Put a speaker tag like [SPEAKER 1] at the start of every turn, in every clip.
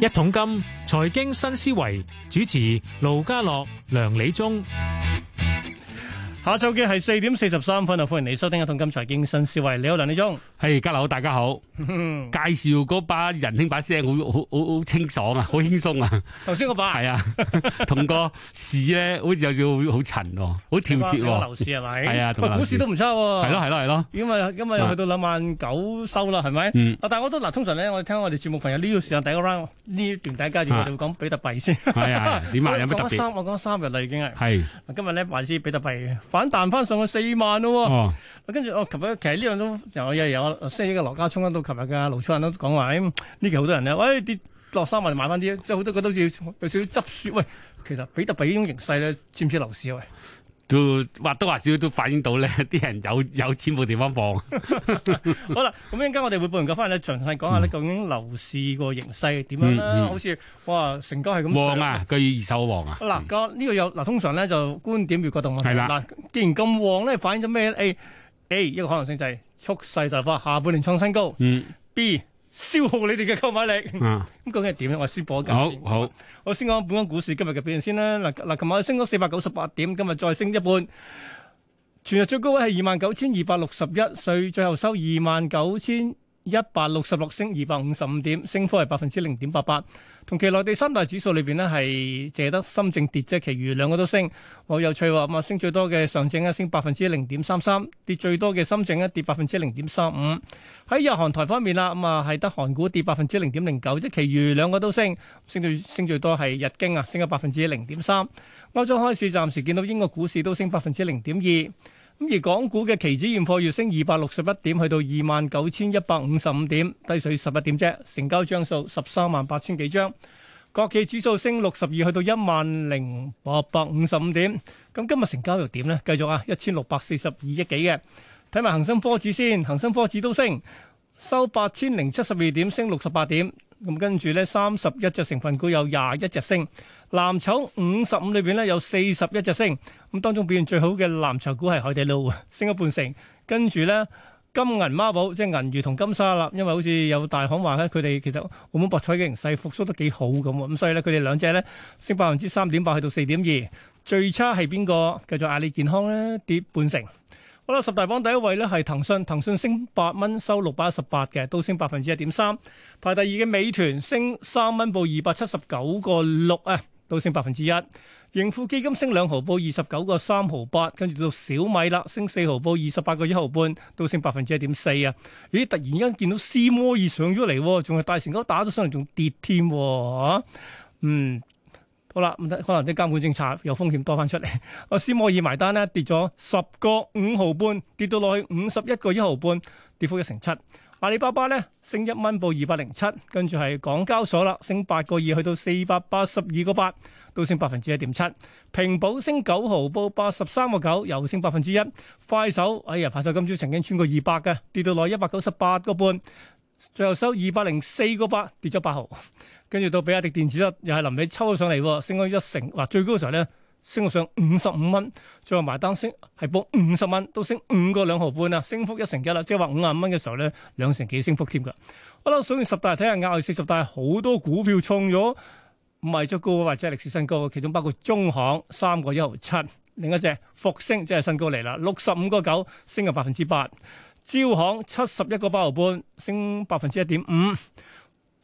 [SPEAKER 1] 一桶金財經新思維主持盧家樂、梁理中。
[SPEAKER 2] 下晝嘅係四點四十三分啊！歡迎你收聽《一桶金財經新思維》，你好，梁理中。
[SPEAKER 3] 係家樓，大 家好。介紹嗰把仁兄把聲好好好好清爽啊，好輕鬆 啊，
[SPEAKER 2] 頭先嗰把
[SPEAKER 3] 係啊， 同個市咧好似有少少好塵喎，好跳
[SPEAKER 2] 嗰
[SPEAKER 3] 脱
[SPEAKER 2] 把
[SPEAKER 3] 喎，
[SPEAKER 2] 樓市係咪？
[SPEAKER 3] 係啊同
[SPEAKER 2] 喂
[SPEAKER 3] 樓市
[SPEAKER 2] 股市都唔差喎。
[SPEAKER 3] 係咯係咯係咯，
[SPEAKER 2] 因為因為去到兩萬九收啦，係咪？
[SPEAKER 3] 嗯
[SPEAKER 2] 啊，但係我都嗱，通常咧，我哋聽我哋節目朋友呢個時間第一個 round 呢段大家段，我哋會講比特幣先。
[SPEAKER 3] 係啊， 係啊點啊？有乜特
[SPEAKER 2] 講咗
[SPEAKER 3] 別？
[SPEAKER 2] 三，我講咗三日啦，已經係。
[SPEAKER 3] 係
[SPEAKER 2] 今日咧，還是比特幣反彈翻上去四萬咯喎。
[SPEAKER 3] 哦，
[SPEAKER 2] 跟住我琴日其實呢樣都由又由我星期一嘅羅家聰啦，到琴日嘅盧楚仁都講話，誒呢期好多人咧，喂跌落三萬就買翻啲，即係好多覺得好似有少少執輸。喂，其實比特幣呢種形勢咧，似唔似樓市啊？喂，
[SPEAKER 3] 都或多或少都反映到咧， 啲人有有錢冇地方放。
[SPEAKER 2] 好啦，咁一陣間我哋會報完價翻嚟，詳細講下咧究竟樓市個形勢點樣啦。
[SPEAKER 3] 嗯嗯
[SPEAKER 2] 好似哇成交係咁上
[SPEAKER 3] 旺啊，據二手旺啊。
[SPEAKER 2] 嗱，個呢個有嗱，通常咧就觀點與角度問題。
[SPEAKER 3] 係啦
[SPEAKER 2] 嗱，既然咁旺咧，反映咗咩咧？A A 一個可能性就係蓄勢待發，下半年創新高。
[SPEAKER 3] 嗯
[SPEAKER 2] B 消耗你哋嘅購買力。
[SPEAKER 3] 啊，
[SPEAKER 2] 咁究竟係點咧？我先播一
[SPEAKER 3] 好
[SPEAKER 2] 陣。
[SPEAKER 3] 好，
[SPEAKER 2] 我先講本港股市今日嘅表現先啦。嗱嗱，琴晚升咗四百九十八點，今日再升一半。全日最高位係二萬九千二百六十一，最最後收二萬九千一百六十六，升二百五十五點，升幅係百分之零點八八。同期內地三大指數裏邊呢，係借得深證跌啫，其餘兩個都升。好有趣喎，咁啊升最多嘅上證咧升百分之零點三三，跌最多嘅深證啊咧跌百分之零點三五。喺日韓台方面啦，咁啊係得韓股跌百分之零點零九，即係其餘兩個都升，升最升最多係日經啊，升咗百分之零點三。歐洲開市暫時見到英國股市都升百分之零點二。咁而港股嘅期指現貨月升二百六十一點，去到二萬九千一百五十五點，低水十一點啫。成交張數十三萬八千幾張。國企指數升六十二，去到一萬零八百五十五點。咁今日成交又點呢？繼續啊，一千六百四十二億幾嘅。睇埋恒生科指先，恒生科指都升，收八千零七十二點，升六十八點。咁跟住呢，三十一隻成分股有廿一隻升，藍籌五十五裏邊呢，有四十一隻升。咁當中表現最好嘅藍籌股係海底撈， 升咗半成。跟住呢。金銀孖寶即係銀娛同金沙啦，因為好似有大行話咧，佢哋其實澳門博彩嘅形勢復甦得幾好咁喎，咁所以咧佢哋兩隻咧升百分之三點八去到四點二，最差係邊個？繼續阿里健康咧跌半成。好啦，十大榜第一位咧係騰訊，騰訊升八蚊，收六百一十八嘅，都升百分之一點三。排第二嘅美團升三蚊，報二百七十九個六啊，都升百分之一。盈富基金升兩毫，報二十九個三毫八，跟住到小米啦，升四毫，報二十八個一毫半，都升百分之一點四啊！咦，突然間見到斯摩爾上咗嚟喎，仲係大成交打咗上嚟，仲跌添喎嚇嗯，好啦，唔得，可能啲監管政策有風險多翻出嚟。 阿斯摩爾埋單咧跌咗十個五毫半，跌到落去五十一個一毫半，跌幅一成七。阿里巴巴咧升一蚊，報二百零七，跟住係港交所啦，升八個二，去到四百八十二個八，都升百分之一點七。平保升九毫，報八十三個九，又升百分之一。快手，哎呀，快手今朝曾經穿過二百嘅，跌到落一百九十八個半，最後收二百零四個八，跌咗八毫。跟住到比亞迪電子啦，又係臨尾抽咗上嚟喎，升咗一成，嗱最高嘅時候咧升到上五十五蚊，最後埋單升係報五十蚊，都升五個兩毫半啊，升幅一成一啦，即係話五十蚊嘅時候咧兩成幾升幅添㗎。好啦，數完十大睇下額外四十大，好多股票創咗唔係咗高或者係歷史新高，其中包括中行三個一毫七，另一隻復星即係新高嚟啦，六十五個九升咗百分之八，招行七十一個八毫半升百分之一點五。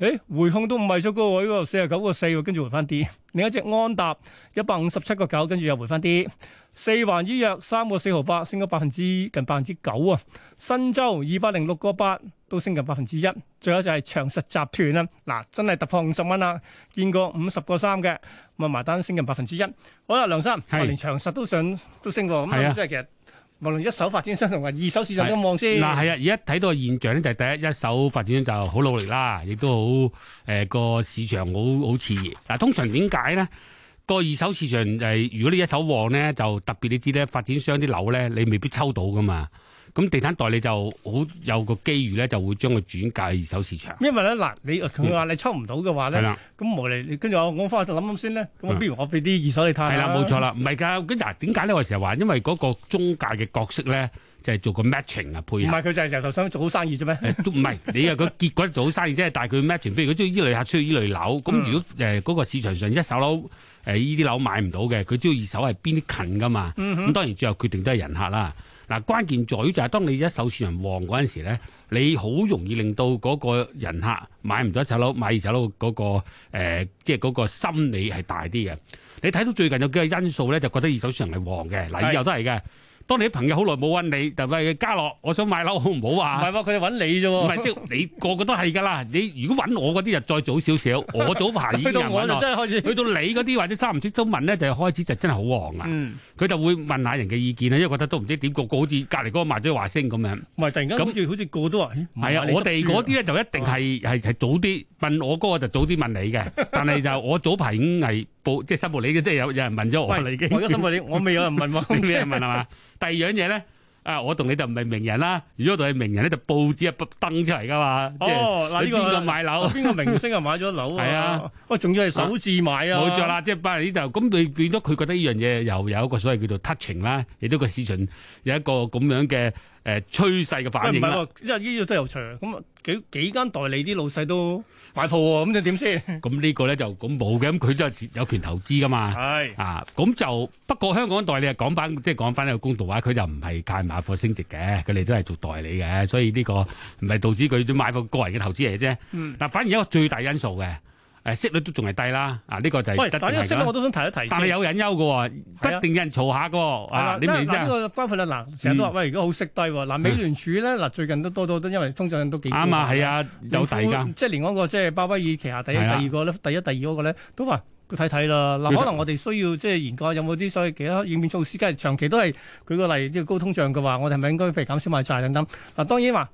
[SPEAKER 2] 誒回控都唔係咗高位喎，四十九個四喎，跟住回翻啲。另一隻安踏一百五十七個九，跟住又回翻啲。四環醫藥三個四毫八，升咗百分之近百分之九啊。新洲二百零六個八都升近百分之一。最後就係長實集團啦，嗱真係突破五十蚊啦，見過五十個三嘅，咁啊埋單升近百分之一。好啦，梁生，
[SPEAKER 3] 係
[SPEAKER 2] 連長實都上都升喎，
[SPEAKER 3] 係
[SPEAKER 2] 咁
[SPEAKER 3] 啊
[SPEAKER 2] 即係其實無論一手發展商同埋二手市場
[SPEAKER 3] 係
[SPEAKER 2] 咁望先。
[SPEAKER 3] 嗱，係啊，而家睇到個現象咧，就係第一一手發展商就好努力啦，亦都好誒個市場好好熾熱。嗱，通常點解咧？個二手市場誒，如果你一手旺咧，就特別你知咧，發展商啲樓咧，你未必抽到噶嘛。咁地產代理就好有個機遇咧，就會將佢轉介二手市場。
[SPEAKER 2] 因為咧嗱，你佢話你抽唔到嘅話
[SPEAKER 3] 係
[SPEAKER 2] 咧，
[SPEAKER 3] 啦，
[SPEAKER 2] 咁無理你跟住我我翻去諗諗先咧，咁我
[SPEAKER 3] 嗯
[SPEAKER 2] 不如我俾啲二手你睇下
[SPEAKER 3] 係啦，冇錯啦，唔係㗎。咁嗱，點解咧？我成日話，因為嗰個中介嘅角色咧，就係、做個 matching 啊，
[SPEAKER 2] 唔
[SPEAKER 3] 配合。
[SPEAKER 2] 係佢就係由頭想做好生意啫咩？
[SPEAKER 3] 誒哎都唔係，你啊又個結果做好生意啫，但係佢 matching，譬如佢中意依類客，需要依類樓，
[SPEAKER 2] 嗯
[SPEAKER 3] 咁如果誒嗰個市場上一手樓誒依啲樓買唔到嘅，佢中意二手係邊啲近噶嘛？
[SPEAKER 2] 嗯
[SPEAKER 3] 咁當然最後決定都係人客啦。嗱，關鍵在於就係當你一手市場旺嗰陣時咧，你好容易令到嗰個人客買唔到一手樓，買二手樓嗰、個、呃、即係嗰個心理係大啲嘅。你睇到最近有幾個因素咧，就覺得二手市場係旺嘅。嗱，
[SPEAKER 2] 係
[SPEAKER 3] 以後都係嘅。當你啲朋友好耐冇揾你，就喂家樂，我想買樓好唔好
[SPEAKER 2] 唔
[SPEAKER 3] 啊？
[SPEAKER 2] 係喎，佢哋揾你啫
[SPEAKER 3] 唔
[SPEAKER 2] 喎。
[SPEAKER 3] 係即係你個個都係㗎啦。你如果揾我嗰啲就再早少少，我早排已
[SPEAKER 2] 去
[SPEAKER 3] 經有
[SPEAKER 2] 到
[SPEAKER 3] 人
[SPEAKER 2] 我
[SPEAKER 3] 揾
[SPEAKER 2] 就
[SPEAKER 3] 我。
[SPEAKER 2] 真係開始，
[SPEAKER 3] 去到你嗰啲或者三唔識都問咧，就開始就真係好旺啦。
[SPEAKER 2] 嗯，
[SPEAKER 3] 佢就會問下人嘅意見啦，因為覺得都唔知點個個好似隔離嗰個賣咗話聲咁樣。
[SPEAKER 2] 唔係突然間
[SPEAKER 3] 咁
[SPEAKER 2] 好似好似個個都話，咦唔
[SPEAKER 3] 係啊，
[SPEAKER 2] 你
[SPEAKER 3] 我
[SPEAKER 2] 執
[SPEAKER 3] 哋
[SPEAKER 2] 輸哦
[SPEAKER 3] 嗰啲咧就一定係係係早啲問我嗰個就早啲問 你嘅，但係就我早排已經係報即係申報你嘅，即係有有人問咗我啦已經
[SPEAKER 2] 喂，。我而家想問你，我未有人問
[SPEAKER 3] 咁 你
[SPEAKER 2] 喎。
[SPEAKER 3] 又問係嘛？第二樣嘢咧，啊，我同你就唔係名人啦。如果我同你名人咧，就報紙啊登出嚟㗎嘛，即係
[SPEAKER 2] 哦，嗱呢
[SPEAKER 3] 你邊個
[SPEAKER 2] 個
[SPEAKER 3] 買樓。
[SPEAKER 2] 邊個明星啊買咗樓
[SPEAKER 3] 係
[SPEAKER 2] 啊
[SPEAKER 3] 啊？
[SPEAKER 2] 喂，仲要係首次買啊！
[SPEAKER 3] 冇錯，啦，即係巴黎呢就咁，你變咗佢覺得呢樣嘢又有一個所謂叫做 touching 啦，亦都個市場有一個咁樣嘅誒趨勢嘅
[SPEAKER 2] 喂
[SPEAKER 3] 反
[SPEAKER 2] 唔
[SPEAKER 3] 應啊
[SPEAKER 2] 係
[SPEAKER 3] 啦。
[SPEAKER 2] 喎，因為呢個都有趣啊。咁啊幾幾間代理啲老細都買鋪喎，咁你點 先？
[SPEAKER 3] 咁呢個咧就咁冇嘅，咁佢都係有權投資噶嘛。
[SPEAKER 2] 係
[SPEAKER 3] 啊，咁就不過香港代理啊，講翻即係講翻呢個公道話，佢就唔係界買貨升值嘅，佢哋都係做代理嘅，所以呢個唔係導致佢都買貨個人嘅投資嚟啫。
[SPEAKER 2] 嗯
[SPEAKER 3] 嗱，反而一個最大因素嘅誒息率都仲係低啦。啊，呢個就係
[SPEAKER 2] 喂，
[SPEAKER 3] 一定
[SPEAKER 2] 但係呢個
[SPEAKER 3] 係
[SPEAKER 2] 息
[SPEAKER 3] 㗎
[SPEAKER 2] 咧，我都想提一提先。
[SPEAKER 3] 但係有隱憂
[SPEAKER 2] 係
[SPEAKER 3] 嘅
[SPEAKER 2] 啊
[SPEAKER 3] 喎，一定有人嘈下嘅喎。
[SPEAKER 2] 係啦
[SPEAKER 3] 啊，你明唔明
[SPEAKER 2] 嗱
[SPEAKER 3] 先
[SPEAKER 2] 呢
[SPEAKER 3] 啊？嗯
[SPEAKER 2] 個關乎啦，嗱，成日都話喂，而家好息低喎。嗱，美聯儲咧，嗱最近都多多都因為通脹都幾高
[SPEAKER 3] 啱啊，係，啊，有底
[SPEAKER 2] 聯
[SPEAKER 3] 㗎
[SPEAKER 2] 儲。即係連嗰個即係巴威爾旗下第一、第
[SPEAKER 3] 係啦
[SPEAKER 2] 二個咧，第一、第二嗰個咧，都話佢睇睇啦。嗱，
[SPEAKER 3] 要睇
[SPEAKER 2] 可能我哋需要即係研究下有冇啲所謂其他應變措施，梗係長期都係舉個例，呢個高通脹嘅話，我哋係咪應該譬如減少買債等等？嗱，當然話。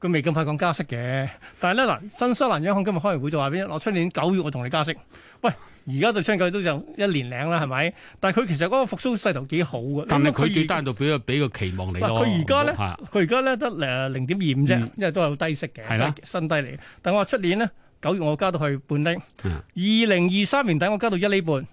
[SPEAKER 2] 佢未咁快講加息 嘅，但係咧嗱，新西蘭央行今日開完會就話俾你我出年九月我同你加息。喂，而家到出年九月都有一年零啦，係咪？但係佢其實嗰個復甦勢頭幾好嘅。
[SPEAKER 3] 但係
[SPEAKER 2] 因為
[SPEAKER 3] 佢
[SPEAKER 2] 而
[SPEAKER 3] 最
[SPEAKER 2] 家
[SPEAKER 3] 單度俾個俾個期望你
[SPEAKER 2] 嗱
[SPEAKER 3] 咯。
[SPEAKER 2] 佢而家呢
[SPEAKER 3] 係
[SPEAKER 2] 佢而家咧得誒零點二五啫
[SPEAKER 3] 嗯，
[SPEAKER 2] 因為都係好低息嘅，
[SPEAKER 3] 係啦
[SPEAKER 2] 都係新低嚟嘅。但我話出年咧九月我加到去半厘，
[SPEAKER 3] 嗯
[SPEAKER 2] 二零二三年底我加到一厘半。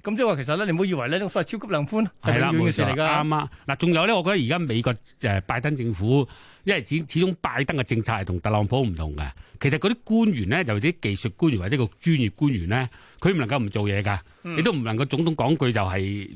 [SPEAKER 2] 咁即係話其實咧，你唔好以為呢種所謂超級量寬係
[SPEAKER 3] 係啦，
[SPEAKER 2] 永遠
[SPEAKER 3] 冇
[SPEAKER 2] 嘅事嚟
[SPEAKER 3] 錯，
[SPEAKER 2] 㗎。
[SPEAKER 3] 啱啊。嗱，仲有咧，我覺得而家美國誒拜登政府，因為始始終拜登嘅政策係同特朗普唔同嘅。其實嗰啲官員咧，尤其啲技術官員或者個專業官員咧，佢唔能夠唔做嘢㗎，
[SPEAKER 2] 嗯
[SPEAKER 3] 你都唔能夠總統講句就係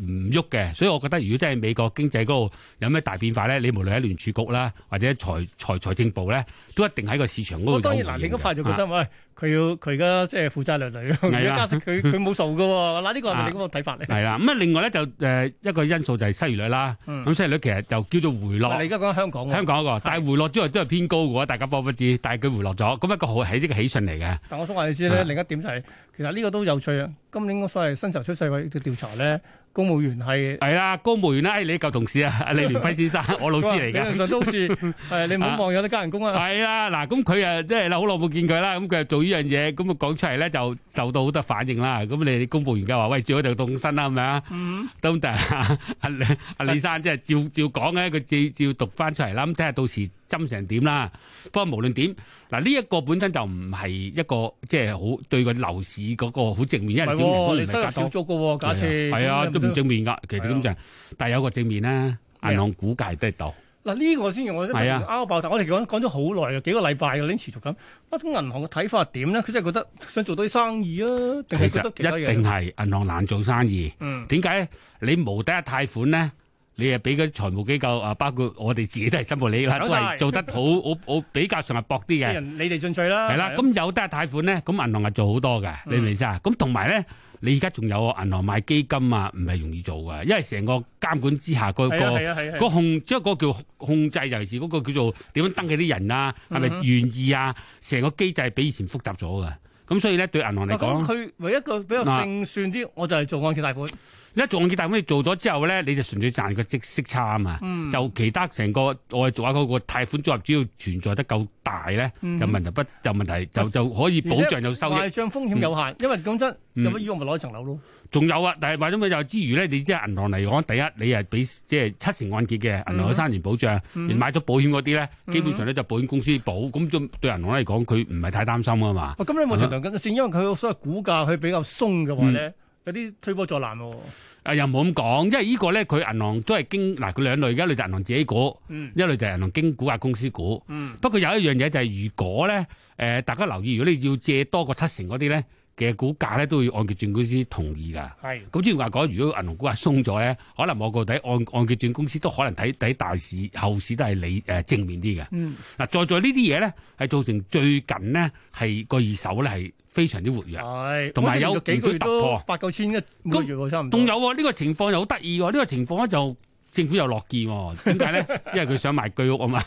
[SPEAKER 3] 唔喐嘅。所以我覺得，如果真係美國經濟嗰度有咩大變化咧，你無論喺聯儲局啦，或者財財財政部咧，都一定喺個市場嗰度
[SPEAKER 2] 我
[SPEAKER 3] 有
[SPEAKER 2] 當然
[SPEAKER 3] 回
[SPEAKER 2] 嗱，
[SPEAKER 3] 應
[SPEAKER 2] 你嗰
[SPEAKER 3] 嘅
[SPEAKER 2] 排就覺
[SPEAKER 3] 啊
[SPEAKER 2] 得喂，佢要佢而家即係負債累累，而
[SPEAKER 3] 係
[SPEAKER 2] 家
[SPEAKER 3] 啦
[SPEAKER 2] 加 息佢佢冇數㗎喎。嗱，呢個係咪你嗰個睇法嚟？
[SPEAKER 3] 係啦，咁啊，另外咧就誒一個因素就係失業率啦。
[SPEAKER 2] 嗯
[SPEAKER 3] 咁失業率其實就叫做回落
[SPEAKER 2] 嗱，你而，家講緊香港
[SPEAKER 3] 香
[SPEAKER 2] 喎，
[SPEAKER 3] 港嗰個，但係回落之後都係偏高嘅喎，大家波不知，但係佢回落咗，咁一個好係呢個喜訊嚟嘅。
[SPEAKER 2] 但我想話你知咧，
[SPEAKER 3] 啊
[SPEAKER 2] 另一點就係其實呢個都有趣啊。今年嗰所謂薪酬趨勢嘅調查咧，公務員係。
[SPEAKER 3] 係啦，公務員啦，誒你舊同事啊，阿李聯輝先生，我老師嚟
[SPEAKER 2] 理論
[SPEAKER 3] 嘅。
[SPEAKER 2] 上都好似誒， 你唔好望有得加人工啊！
[SPEAKER 3] 係啦，嗱，咁佢啊，即係好耐冇見佢啦，咁佢又做呢樣嘢，咁啊講出嚟咧就受到好多反應啦。咁你哋公務員嘅話，喂，最好就凍薪啦，係咪啊？
[SPEAKER 2] 嗯，
[SPEAKER 3] 咁但係阿阿李阿李生即係照照講咧，佢照照讀翻出嚟啦。咁睇下到時針成點啦。不過無論點，嗱呢一個本身就唔係一個即係好對個樓市嗰個好正面，因為
[SPEAKER 2] 唔係
[SPEAKER 3] 你
[SPEAKER 2] 喎
[SPEAKER 3] 整年可能
[SPEAKER 2] 你
[SPEAKER 3] 唔係
[SPEAKER 2] 收入
[SPEAKER 3] 加
[SPEAKER 2] 少
[SPEAKER 3] 多。
[SPEAKER 2] 咗嘅喎，假設
[SPEAKER 3] 係啊，都唔正面㗎。其實
[SPEAKER 2] 係啊啊
[SPEAKER 3] 咁就，但係有個正面咧，銀行股價係低到。
[SPEAKER 2] 嗱呢個先我
[SPEAKER 3] 係啊
[SPEAKER 2] 拗爆頭，我哋講講咗好耐啊，幾個禮拜㗎，已經持續咁。啊，咁銀行嘅睇法係點咧？佢真係覺得想做多啲生意啊，
[SPEAKER 3] 其
[SPEAKER 2] 定係覺
[SPEAKER 3] 實
[SPEAKER 2] 得其他
[SPEAKER 3] 一
[SPEAKER 2] 嘢？啊
[SPEAKER 3] 定係銀行難做生意。
[SPEAKER 2] 嗯，
[SPEAKER 3] 點解你無抵押貸款咧？你係俾嗰啲財務機構啊，包括我哋自己都係申報你啦，
[SPEAKER 2] 有
[SPEAKER 3] 都
[SPEAKER 2] 晒
[SPEAKER 3] 係做得好，好好比較上係薄啲
[SPEAKER 2] 啲
[SPEAKER 3] 嘅。
[SPEAKER 2] 人你哋進取啦，
[SPEAKER 3] 係
[SPEAKER 2] 係
[SPEAKER 3] 啦，
[SPEAKER 2] 啊嗯
[SPEAKER 3] 咁有得貸款咧，咁銀行係做好多嘅，你明唔明意思啊？咁同埋咧，你而家仲有銀行買基金啊，唔係容易做嘅，因為成個監管之下嗰、
[SPEAKER 2] 係啊
[SPEAKER 3] 個。
[SPEAKER 2] 係啊係啊係
[SPEAKER 3] 個
[SPEAKER 2] 啊，
[SPEAKER 3] 控即係嗰個叫控制，尤其是嗰個叫做點樣登記啲人啊，係咪
[SPEAKER 2] 嗯哼
[SPEAKER 3] 願意啊？成個機制比以前複雜咗嘅，咁所以咧對銀行嚟
[SPEAKER 2] 嗱哦咁
[SPEAKER 3] 講，啊
[SPEAKER 2] 佢唯一一個比較
[SPEAKER 3] 嗱
[SPEAKER 2] 勝算啲，我就係做按揭貸款。
[SPEAKER 3] 一做按揭貸款你做咗之後咧，你就純粹賺個息息差啊嘛。
[SPEAKER 2] 嗯，
[SPEAKER 3] 就其他成個我哋做下嗰個貸款組合，只要存在得夠大咧，
[SPEAKER 2] 嗯啊
[SPEAKER 3] 就問題不就問題就就可以保障有收益。嗯
[SPEAKER 2] 壞帳風險有限，因為講真，有乜要我咪攞一層樓咯。
[SPEAKER 3] 仲有啊，但係或者咪就之餘咧，你即係銀行嚟講，第一你係俾即係七成按揭嘅，銀
[SPEAKER 2] 嗯
[SPEAKER 3] 行有三年保障，連買咗保險嗰啲咧，基本上咧就保險公司保，咁對對銀行嚟講，佢唔係太擔心啊嗯嘛。
[SPEAKER 2] 喂哦咁你有冇條良緊線？因為佢個所謂股價佢比較鬆嘅話咧，有啲推波助瀾喎。
[SPEAKER 3] 啊，又冇咁講，因為呢個咧佢銀行都係經嗱佢兩類嘅，一類就銀行自己股，
[SPEAKER 2] 嗯
[SPEAKER 3] 一類就係銀行經股價啊公司股。
[SPEAKER 2] 嗯
[SPEAKER 3] 不過有一樣嘢就係，如果咧誒、呃大家留意，如果你要借多過七成嗰啲咧嘅股價咧，都要按揭轉公司同意㗎。
[SPEAKER 2] 係
[SPEAKER 3] 咁之前話講，如果銀行股係鬆咗咧，可能我個底按按揭轉公司都可能睇睇大市後市都係理誒、呃正面啲嘅。
[SPEAKER 2] 嗯
[SPEAKER 3] 嗱，在在呢啲嘢咧係造成最近呢係個二手咧係非常之活躍。
[SPEAKER 2] 係，
[SPEAKER 3] 同埋有
[SPEAKER 2] 我記得幾個月
[SPEAKER 3] 唔少突
[SPEAKER 2] 都
[SPEAKER 3] 破
[SPEAKER 2] 八九千一每個月喎，差唔多
[SPEAKER 3] 仲。有喎，呢、個情況又好得意喎，呢、個情況 咧就政府又樂見喎，點解咧？因為佢想賣居屋啊嘛，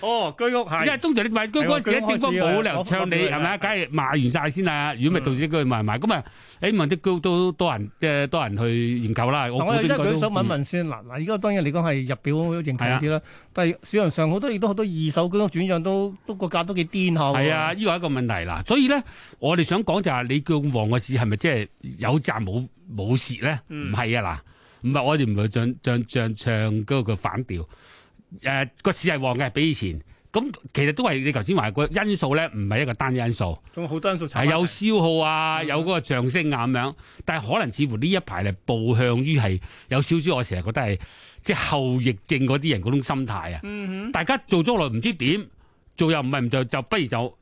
[SPEAKER 2] 哦，居屋
[SPEAKER 3] 因為
[SPEAKER 2] 係
[SPEAKER 3] 通常你賣居屋嗰陣時咧，
[SPEAKER 2] 係喎
[SPEAKER 3] 政府冇理由
[SPEAKER 2] 居屋開始啊嗯
[SPEAKER 3] 唱你係咪啊？
[SPEAKER 2] 攞
[SPEAKER 3] 梗係賣完晒先啦，如果咪到時佢賣埋，咁啊，誒問啲居屋都多人即係多人去研究啦。
[SPEAKER 2] 嗱，
[SPEAKER 3] 我估
[SPEAKER 2] 我有
[SPEAKER 3] 應
[SPEAKER 2] 一
[SPEAKER 3] 該都嗯
[SPEAKER 2] 句想問一問先，嗱嗱，而家當然嚟講係入表認同啲
[SPEAKER 3] 啊
[SPEAKER 2] 啦，但係市場上好多亦都好多二手居屋轉讓都都個價都幾癲下喎。
[SPEAKER 3] 係啊，呢個係一個問題啦。所以咧，我哋想講就係你咁旺嘅市係咪即係有賺冇冇蝕咧？
[SPEAKER 2] 嗯
[SPEAKER 3] 唔係啊嗱，唔係我哋唔係像像像唱嗰個反調。誒個市係旺嘅，比以前。咁其實都係你頭先話個因素咧，唔係一個單一因素，
[SPEAKER 2] 仲有好多因素炒
[SPEAKER 3] 係
[SPEAKER 2] 埋
[SPEAKER 3] 有消耗啊，
[SPEAKER 2] 嗯
[SPEAKER 3] 有嗰個上升啊咁樣。但係可能似乎呢一排咧，步向於係有少少，我成日覺得係即係後疫症嗰啲人嗰種心態啊。
[SPEAKER 2] 嗯
[SPEAKER 3] 大家做咗落唔知點，做又唔係唔做，就不如就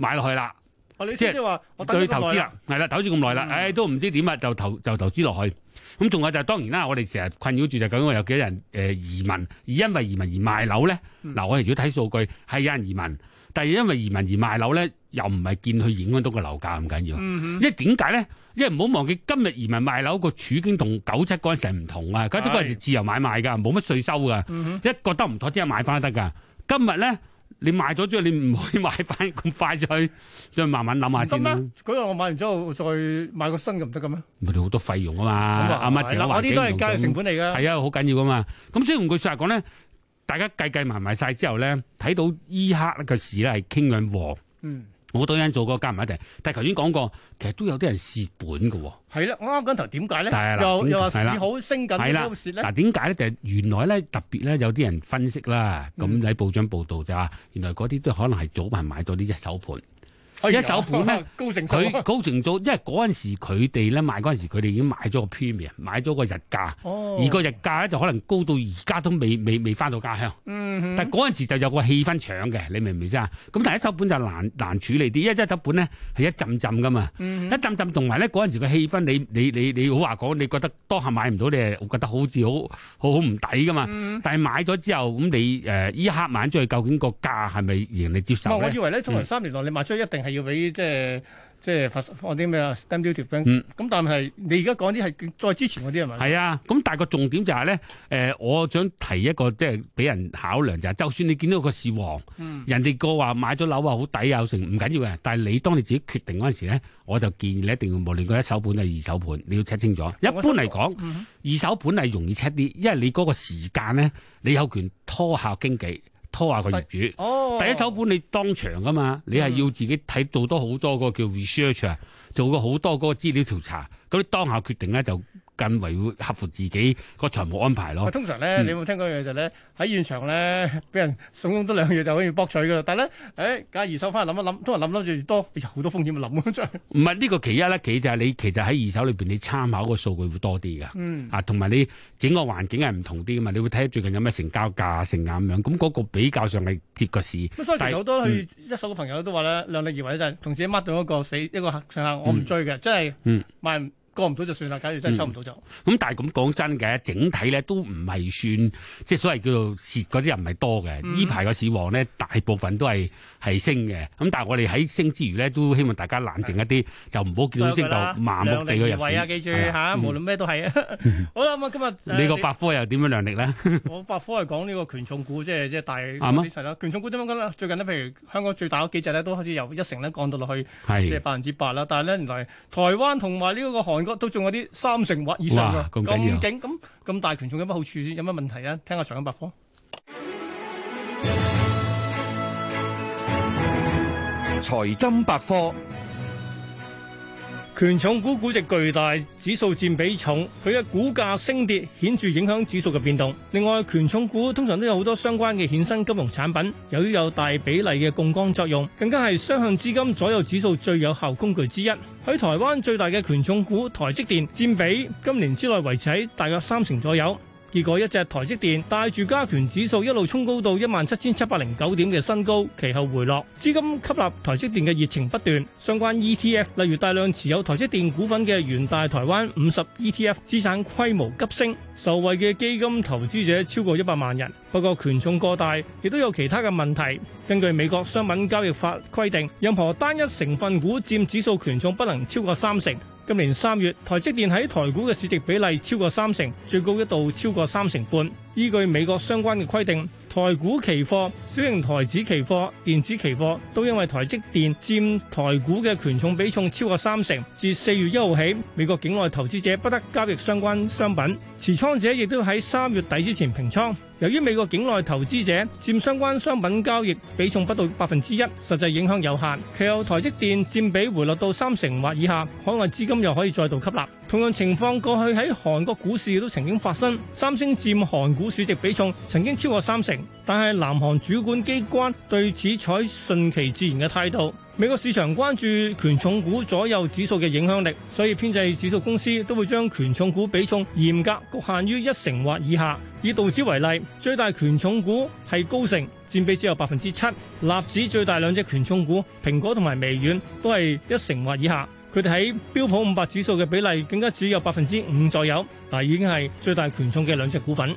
[SPEAKER 3] 買落去啦。
[SPEAKER 2] 哼，哦我你
[SPEAKER 3] 即
[SPEAKER 2] 即
[SPEAKER 3] 係
[SPEAKER 2] 係話我等咗
[SPEAKER 3] 對
[SPEAKER 2] 咁
[SPEAKER 3] 投
[SPEAKER 2] 耐
[SPEAKER 3] 資啦，係啦，投資咁耐啦，
[SPEAKER 2] 嗯
[SPEAKER 3] 唉、都唔知點啊，就投就投資落去。咁仲有就係、當然啦，我哋成日困擾住就係究竟我有幾多人誒、呃移民，而因為移民而賣樓咧？
[SPEAKER 2] 嗯
[SPEAKER 3] 嗱、我哋如果睇數據係有人移民，但係因為移民而賣樓咧，又唔係見佢影響到個樓價咁緊要。
[SPEAKER 2] 嗯
[SPEAKER 3] 因為點解咧？因為唔好忘記今日移民賣樓個處境同九七嗰陣時係唔同啊！九七嗰陣時自由買賣㗎，冇乜稅收㗎。
[SPEAKER 2] 嗯哼，
[SPEAKER 3] 一覺得唔妥，即係買翻得㗎。今日咧，你賣咗之後，你唔可以買翻咁快就去， 再慢慢諗下
[SPEAKER 2] 得
[SPEAKER 3] 先啦
[SPEAKER 2] 咩。？嗰日我買完之後再買個新嘅唔得嘅咩？
[SPEAKER 3] 咪好多費用啊嘛，
[SPEAKER 2] 咁
[SPEAKER 3] 阿媽
[SPEAKER 2] 係
[SPEAKER 3] 自己
[SPEAKER 2] 嗱我
[SPEAKER 3] 環
[SPEAKER 2] 啲都
[SPEAKER 3] 境
[SPEAKER 2] 係
[SPEAKER 3] 唔
[SPEAKER 2] 交易成
[SPEAKER 3] 同，
[SPEAKER 2] 本嚟㗎。
[SPEAKER 3] 係啊，好緊要噶嘛。咁所以換句説話講咧，大家計計埋埋晒之後咧，睇到依刻嘅市咧係傾向旺，
[SPEAKER 2] 嗯，
[SPEAKER 3] 好多因素個加埋一齊。但係頭先講過，其實都有啲人蝕本嘅喎。
[SPEAKER 2] 係啦，我啱講頭點解
[SPEAKER 3] 係
[SPEAKER 2] 咧？
[SPEAKER 3] 啦
[SPEAKER 2] 又
[SPEAKER 3] 點
[SPEAKER 2] 又話
[SPEAKER 3] 係啦
[SPEAKER 2] 市好升緊，
[SPEAKER 3] 係啦
[SPEAKER 2] 都蝕咧。
[SPEAKER 3] 嗱點解咧？就係原來咧特別咧有啲人分析啦，咁
[SPEAKER 2] 嗯
[SPEAKER 3] 喺報章報道就話，原來嗰啲都可能係早排買到啲一手盤。
[SPEAKER 2] 哎呀
[SPEAKER 3] 一手盤咧，
[SPEAKER 2] 高成數啊
[SPEAKER 3] 佢高成組，因為嗰陣時佢哋咧買嗰陣時，佢哋已經買咗個 premium，買咗個日價，
[SPEAKER 2] 哦，
[SPEAKER 3] 而個日價咧就可能高到而家都未未未翻到家鄉。
[SPEAKER 2] 嗯
[SPEAKER 3] 但
[SPEAKER 2] 哼
[SPEAKER 3] 係嗰陣時就有個氣氛搶嘅，你明唔明先啊？咁但係一手盤就難難處理啲，因為一手盤咧係一陣陣噶嘛，
[SPEAKER 2] 嗯
[SPEAKER 3] 一陣陣同埋咧嗰陣時個氣氛，你你你你好話講，你覺得當下買唔到，你係覺得好似好好好唔抵噶嘛。
[SPEAKER 2] 嗯
[SPEAKER 3] 但係買咗之後，咁你誒依一刻買咗去，究竟個價係咪仍你接
[SPEAKER 2] 唔係，
[SPEAKER 3] 受
[SPEAKER 2] 我
[SPEAKER 3] 咧
[SPEAKER 2] 以？為咧，通
[SPEAKER 3] 嗯
[SPEAKER 2] 常三年內你賣出去一定係要俾即係即係發放啲咩啊 stamp duty 咁。
[SPEAKER 3] 嗯
[SPEAKER 2] 咁但係你而家講啲係再之前嗰啲係咪？
[SPEAKER 3] 係啊，咁但係個重點就係、咧，誒、我想提一個即係俾人考量就係、就算你見到個市旺，
[SPEAKER 2] 嗯
[SPEAKER 3] 人哋個話買咗樓啊好抵啊，成唔緊要嘅，但係你當你自己決定嗰陣時咧，我就建議你一定要無論佢一手盤定係二手盤，你要 check 清楚。一般嚟講，
[SPEAKER 2] 嗯
[SPEAKER 3] 二手盤係容易 check 啲，因為你嗰個時間咧，你有權拖下經紀，拖下個業主。
[SPEAKER 2] 哦，
[SPEAKER 3] 第一手盤你當場噶嘛，你係要自己睇做多好多個叫 research 啊，做過好多嗰個資料調查，咁你當下決定咧就更為會合乎自己個財務安排
[SPEAKER 2] 喂
[SPEAKER 3] 咯。
[SPEAKER 2] 啊通常咧，
[SPEAKER 3] 嗯
[SPEAKER 2] 你有冇聽過一樣嘢就係咧喺現場咧，俾人慫恿多兩樣嘢就可以博取噶啦。但係咧，誒，假如二手翻去諗一諗，通常諗諗住越多，哎呀好多風險要諗咁真係。
[SPEAKER 3] 唔係呢個其一咧，其二就係你其實喺二手裏邊你參考個數據會多啲噶，
[SPEAKER 2] 嗯，
[SPEAKER 3] 啊，同埋你整個環境係唔同啲噶嘛，你會睇下最近有咩成交價成啊咁樣，咁嗰個比較上係貼個市。
[SPEAKER 2] 咁所以其實好多
[SPEAKER 3] 但
[SPEAKER 2] 去一手嘅朋友都話咧，量力而為就係同自己 mark 到一個死一個客上客，我唔追嘅，即係
[SPEAKER 3] 嗯
[SPEAKER 2] 賣唔過唔到就算啦。假如真係收唔到就，
[SPEAKER 3] 咁但係咁講真嘅，整體咧都唔係算即係所謂叫做蝕嗰啲人唔係多嘅。
[SPEAKER 2] 嗯
[SPEAKER 3] 呢排個市旺咧，大部分都係係升嘅。咁但係我哋喺升之餘咧，都希望大家冷靜一啲，就唔好見到升就麻木地去入
[SPEAKER 2] 位啊！
[SPEAKER 3] 市。
[SPEAKER 2] 記住
[SPEAKER 3] 係啊
[SPEAKER 2] 嚇，
[SPEAKER 3] 嗯
[SPEAKER 2] 無論咩都係 啊。好啦，咁啊，今日誒
[SPEAKER 3] 你個百科又點樣量力咧？
[SPEAKER 2] 你我百科係講呢個權重股，即係即係大
[SPEAKER 3] 啊
[SPEAKER 2] 啲勢啦。權重股點樣講咧？最近呢，譬如香港最大嗰幾隻咧，都開始由一成咧降到落去即係
[SPEAKER 3] 係
[SPEAKER 2] 百分之八啦。但係咧，原來台灣同埋呢個韓國都仲有啲三成或以上
[SPEAKER 3] 哇
[SPEAKER 2] 㗎，
[SPEAKER 3] 咁緊要
[SPEAKER 2] 咁勁咁咁大權重有乜好處先？有乜問題啊？聽下財金百科。
[SPEAKER 4] 財金百科。
[SPEAKER 2] 權重股估值巨大，指數佔比重，佢嘅股價升跌顯著影響指數嘅變動。另外，權重股通常都有好多相關嘅衍生金融產品，由於有大比例嘅槓桿作用，更加係雙向資金左右指數最有效工具之一。喺台灣最大嘅權重股台積電佔比，今年之內維持喺大約三成左右。結果一隻台積電帶住加權指數一路衝高到一萬七千七百零九點嘅新高，其後回落。資金吸納台積電嘅熱情不斷，相關 ETF 例如大量持有台積電股份嘅元大台灣五十 ETF 資產規模急升，受惠嘅基金投資者超過一百萬人。不過權重過大，亦都有其他嘅問題。根據美國商品交易法規定，任何單一成分股佔指數權重不能超過三成。今年三月，台積電喺台股嘅市值比例超過三成，最高一度超過三成半。依據美國相關嘅規定，台股期貨、小型台指期貨、電子期貨都因為台積電佔台股嘅權重比重超過三成，自四月一號起，美國境內投資者不得交易相關商品，持倉者亦都喺三月底之前平倉。由於美國境內投資者佔相關商品交易比重不到百分之一，實際影響有限。其後台積電佔比回落到三成或以下，海外資金又可以再度吸納。同樣情況過去喺韓國股市都曾經發生，三星佔韓股市值比重曾經超過三成，但係南韓主管機關對此採順其自然嘅態度。美國市場關注權重股左右指數嘅影響力，所以編製指數公司都會將權重股比重嚴格局限於一成或以下。以道指為例，最大權重股係高盛，佔比只有百分之七；納指最大兩隻權重股蘋果同埋微軟都係一成或以下。佢哋喺標普五百指數嘅比例更加只有百分之五左右，但已經係最大權重嘅兩隻股份。